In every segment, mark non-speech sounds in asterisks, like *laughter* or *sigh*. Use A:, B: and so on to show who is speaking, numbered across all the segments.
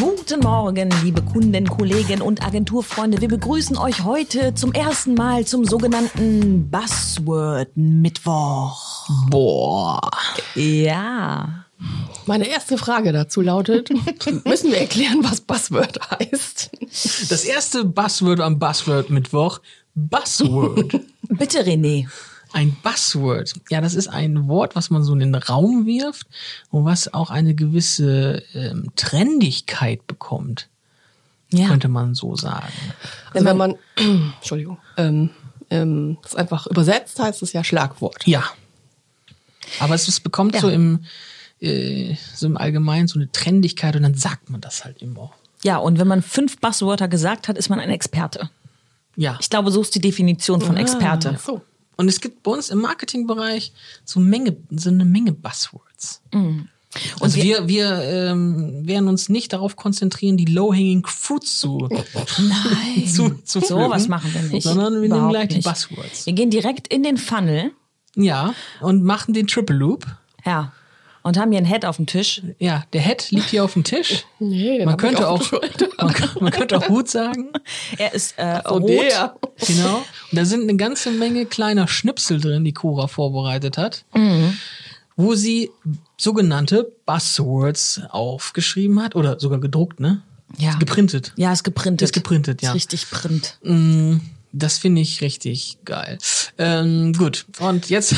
A: Guten Morgen, liebe Kunden, Kollegen und Agenturfreunde. Wir begrüßen euch heute zum ersten Mal zum sogenannten Buzzword Mittwoch.
B: Boah.
A: Ja.
B: Meine erste Frage
C: *laughs*
B: dazu lautet, müssen wir erklären, was Buzzword heißt?
C: Das erste Buzzword am Buzzword-Mittwoch. Buzzword.
A: Bitte, René.
C: Ein Buzzword. Ja, das ist ein Wort, was man so in den Raum wirft und was auch eine gewisse ähm, Trendigkeit bekommt,
A: Ja.
C: könnte man so sagen.
B: Also wenn man, *clears throat* Entschuldigung, ähm, ähm, das einfach übersetzt, heißt es ja Schlagwort.
C: Ja. Aber es, es bekommt
A: Ja.
C: so im äh, so im Allgemeinen so eine Trendigkeit und dann sagt man das halt immer.
A: Ja, und wenn man fünf Buzzwörter gesagt hat, ist man ein Experte.
C: Ja.
A: Ich glaube, so ist die Definition
C: Ah.
A: von Experte.
B: Ach so.
C: Und es gibt bei uns im Marketingbereich so, Menge, so eine Menge Buzzwords.
A: Mhm.
C: Und also wir, wir ähm, werden uns nicht darauf konzentrieren, die Low-Hanging Fruits zu,
A: Nein.
C: *laughs* zu, zu
A: so
C: pflücken,
A: was machen wir nicht.
C: Sondern wir nehmen
A: Überhaupt
C: gleich die
A: nicht.
C: Buzzwords.
A: Wir gehen direkt in den Funnel.
C: Ja, und machen den Triple Loop.
A: Ja. Und haben hier ein Head auf dem Tisch.
C: Ja, der Head liegt hier auf dem Tisch.
B: Nee, den
C: man
B: hab ich
C: könnte
B: auf *laughs*
C: auch,
B: der Schulter.
C: man, kann- man könnte auch Hut sagen.
A: Er ist äh,
B: So,
A: rot.
B: der.
C: Genau. Und da sind eine ganze Menge kleiner Schnipsel drin, die Cora vorbereitet hat,
B: Mhm.
C: wo sie sogenannte Buzzwords aufgeschrieben hat oder sogar gedruckt, ne?
A: Ja.
C: Ist geprintet.
A: Ja, ist geprintet.
C: Ist geprintet, ja.
A: Ist richtig print.
C: Mm, Das finde ich richtig geil. Ähm, gut, und jetzt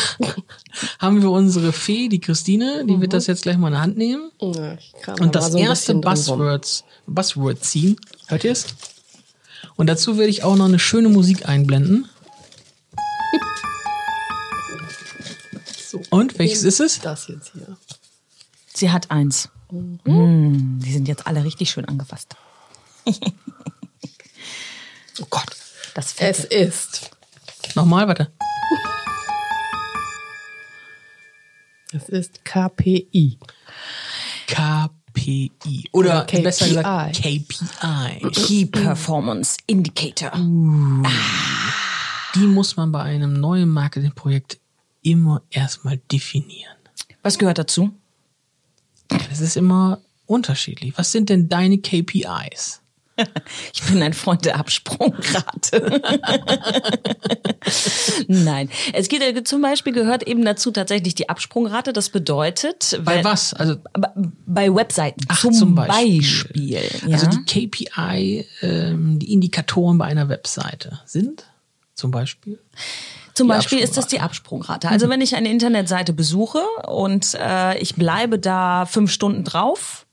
C: *laughs* haben wir unsere Fee, die Christine, die wird das jetzt gleich mal in die Hand nehmen
B: Ja, ich kram Mhm. da
C: und
B: mal
C: das
B: so ein
C: erste
B: bisschen drin rum.
C: Buzzwords, Buzzword ziehen. Hört ihr es? Und dazu werde ich auch noch eine schöne Musik einblenden.
B: So.
C: Und welches ist es?
B: Das jetzt hier.
A: Sie hat eins.
C: Mhm.
A: Mm, die sind jetzt alle richtig schön angefasst.
B: Oh Gott.
A: Das
B: Es
A: fette.
B: ist.
C: Nochmal, warte.
B: Es ist KPI.
C: KPI. Oder
B: KPI.
C: besser gesagt KPI.
A: Key Performance Indicator.
C: Die muss man bei einem neuen Marketingprojekt immer erstmal definieren.
A: Was gehört dazu? *laughs*
C: Das ist immer unterschiedlich. Was sind denn deine KPIs?
A: Ich bin ein Freund der Absprungrate. *laughs* Nein. Es geht äh, zum Beispiel gehört eben dazu tatsächlich die Absprungrate. Das bedeutet,
C: Bei
A: wenn-
C: was? Also,
A: bei- bei Webseiten
C: Ach,
A: Äh, zum,
C: zum
A: Beispiel.
C: Beispiel.
A: ja?
C: also die KPI, ähm, die Indikatoren bei einer Webseite sind zum Beispiel.
A: Zum
C: Die Mhm.
A: Beispiel ist das die Absprungrate. Also wenn ich eine Internetseite besuche und äh, ich bleibe da fünf Stunden drauf,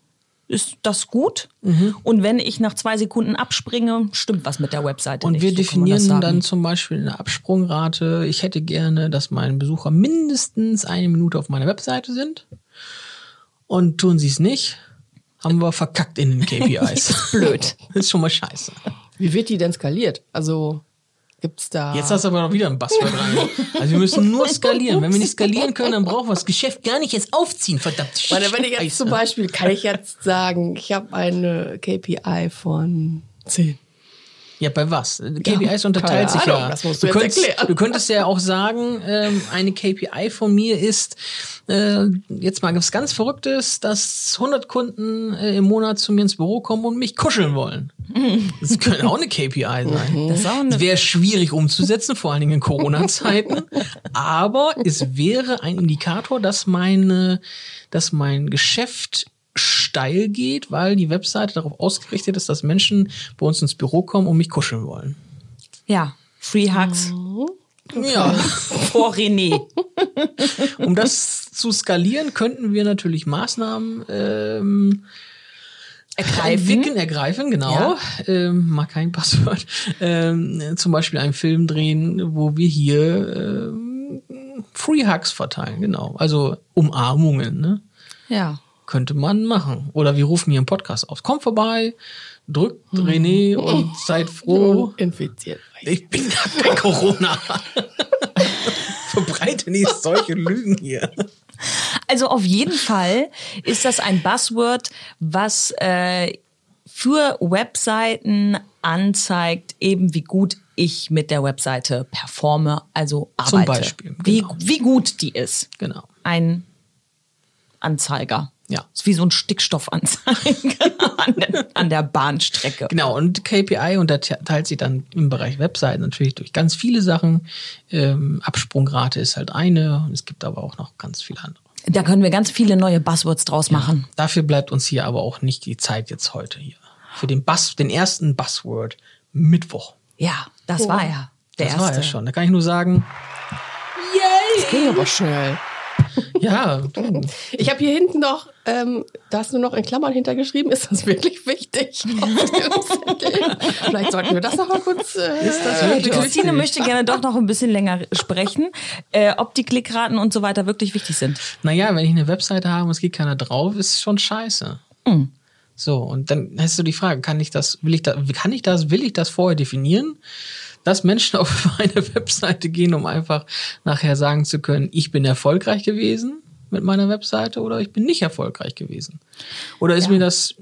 A: ist das gut.
C: Mhm.
A: Und wenn ich nach zwei Sekunden abspringe, stimmt was mit der Webseite
C: Und
A: nicht.
C: wir
A: So kann man das sagen.
C: definieren dann zum Beispiel eine Absprungrate. Ich hätte gerne, dass meine Besucher mindestens eine Minute auf meiner Webseite sind. Und tun sie es nicht, haben wir verkackt in den
B: *laughs*
C: KPIs.
B: Blöd.
C: *laughs* ist schon mal scheiße.
B: Wie wird die denn skaliert? Also gibt's da.
C: Jetzt hast du aber noch wieder ein Buzzword rein. Also wir müssen
B: *laughs*
C: nur skalieren. Wenn wir nicht skalieren können, dann brauchen wir das Geschäft gar nicht erst aufziehen. Verdammt.
B: Meine, wenn ich jetzt zum Beispiel, kann ich jetzt sagen, ich habe eine KPI von 10.
C: Ja, bei was? KPIs
B: Ja,
C: unterteilt
B: keine
C: sich
B: Ahnung,
C: ja.
B: das musst du jetzt
C: könntest,
B: erklären.
C: du könntest ja auch sagen, ähm, eine KPI von mir ist, äh, jetzt mal was ganz Verrücktes, dass 100 Kunden äh, im Monat zu mir ins Büro kommen und mich kuscheln wollen. Das könnte auch eine KPI sein.
A: Mhm. Das ist auch eine-
C: Das wäre schwierig umzusetzen, vor allen Dingen in Corona-Zeiten. Aber es wäre ein Indikator, dass meine, dass mein Geschäft steil geht, weil die Webseite darauf ausgerichtet ist, dass Menschen bei uns ins Büro kommen und mich kuscheln wollen.
A: ja Free Hugs
C: Mhm. Ja,
A: vor René.
C: um das zu skalieren, könnten wir natürlich Maßnahmen ähm,
A: Ergreifen.
C: *laughs* entwickeln, ergreifen, genau. Ähm, mal kein Passwort. Ähm, zum Beispiel einen Film drehen, wo wir hier ähm, Free Hugs verteilen, genau. Also Umarmungen, ne?
A: Ja.
C: Könnte man machen. Oder wir rufen hier einen Podcast auf. Kommt vorbei, drückt René und seid froh.
B: Infiziert.
C: Ich bin hab kein Corona. Verbreite nicht solche Lügen hier.
A: Also auf jeden Fall ist das ein Buzzword, was äh, für Webseiten anzeigt, eben wie gut ich mit der Webseite performe, also arbeite.
C: Zum Beispiel,
A: Wie,
C: genau.
A: wie gut die ist.
C: Genau.
A: Ein Anzeiger.
C: Ja.
A: Ist wie so ein
C: *laughs*
A: Stickstoffanzeiger an, der- an der Bahnstrecke.
C: Genau, und KPI unterteilt sich dann im Bereich Webseiten natürlich durch ganz viele Sachen. Ähm, Absprungrate ist halt eine, es gibt aber auch noch ganz viele andere.
A: Da können wir ganz viele neue Buzzwords draus machen.
C: Dafür bleibt uns hier aber auch nicht die Zeit jetzt heute hier. Für den, Buzz, den ersten Buzzword Mittwoch.
A: Ja, das war er. Der
C: das
A: erste.
C: war ja schon. Da kann ich nur sagen,
B: Das ging aber schnell.
C: ja, du,
B: Ich habe hier hinten noch, ähm, da hast du noch in Klammern hintergeschrieben, ist das
C: *laughs*
B: wirklich wichtig? Auf dem Zettel? Vielleicht sollten wir das nochmal kurz. Äh,
C: ist das wirklich
A: Christine
C: wichtig?
A: möchte gerne doch noch ein bisschen länger sprechen, äh, ob die Klickraten und so weiter wirklich wichtig sind.
C: Naja, wenn ich eine Webseite habe und es geht keiner drauf, ist schon scheiße.
A: Mhm.
C: So, und dann hast du die Frage, kann ich das, will ich das, kann ich das, will ich das vorher definieren? Dass Menschen *laughs* auf meine Webseite gehen, um einfach nachher sagen zu können, ich bin erfolgreich gewesen mit meiner Webseite oder ich bin nicht erfolgreich gewesen. Oder ist mir das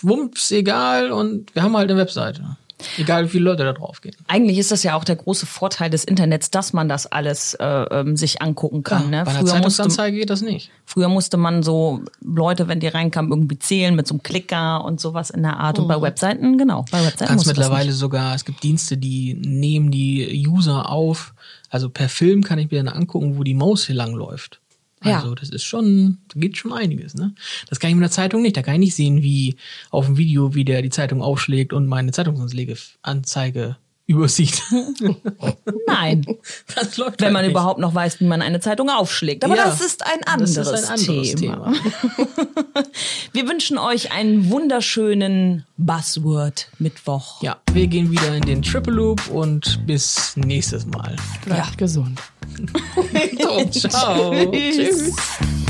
C: wumps egal und wir haben halt eine Webseite. Egal wie viele Leute da drauf gehen.
A: Eigentlich ist das ja auch der große Vorteil des Internets, dass man das alles äh, ähm, sich angucken kann. ne?
C: Bei einer
A: Früher, musste,
C: Zeitungsanzeige geht das nicht.
A: früher musste man so Leute, wenn die reinkamen, irgendwie zählen mit so einem Klicker und sowas in der Art. Und bei Webseiten, genau, bei Webseiten musst
C: kannst
A: du das
C: mittlerweile
A: nicht.
C: sogar, es gibt Dienste, die nehmen die User auf. Also per Film kann ich mir dann angucken, wo die Maus hier lang läuft.
A: Ja.
C: Also das ist schon, da geht schon einiges, ne? Das kann ich mit der Zeitung nicht. Da kann ich nicht sehen, wie auf dem Video, wie der die Zeitung aufschlägt und meine Zeitungsanzeige *laughs* Anzeige übersieht.
A: Nein,
C: Das läuft
A: wenn
C: halt
A: man
C: nicht.
A: überhaupt noch weiß, wie man eine Zeitung aufschlägt. Aber
C: Ja.
A: das ist ein anderes,
C: das ist ein anderes
A: Thema.
C: Thema.
A: *laughs* Wir wünschen euch einen wunderschönen Buzzword-Mittwoch.
C: Ja, wir gehen wieder in den Triple Loop und
A: *laughs*
C: bis nächstes Mal.
B: bleibt gesund.
C: Ciao.
A: Tschüss.
B: Tschüss.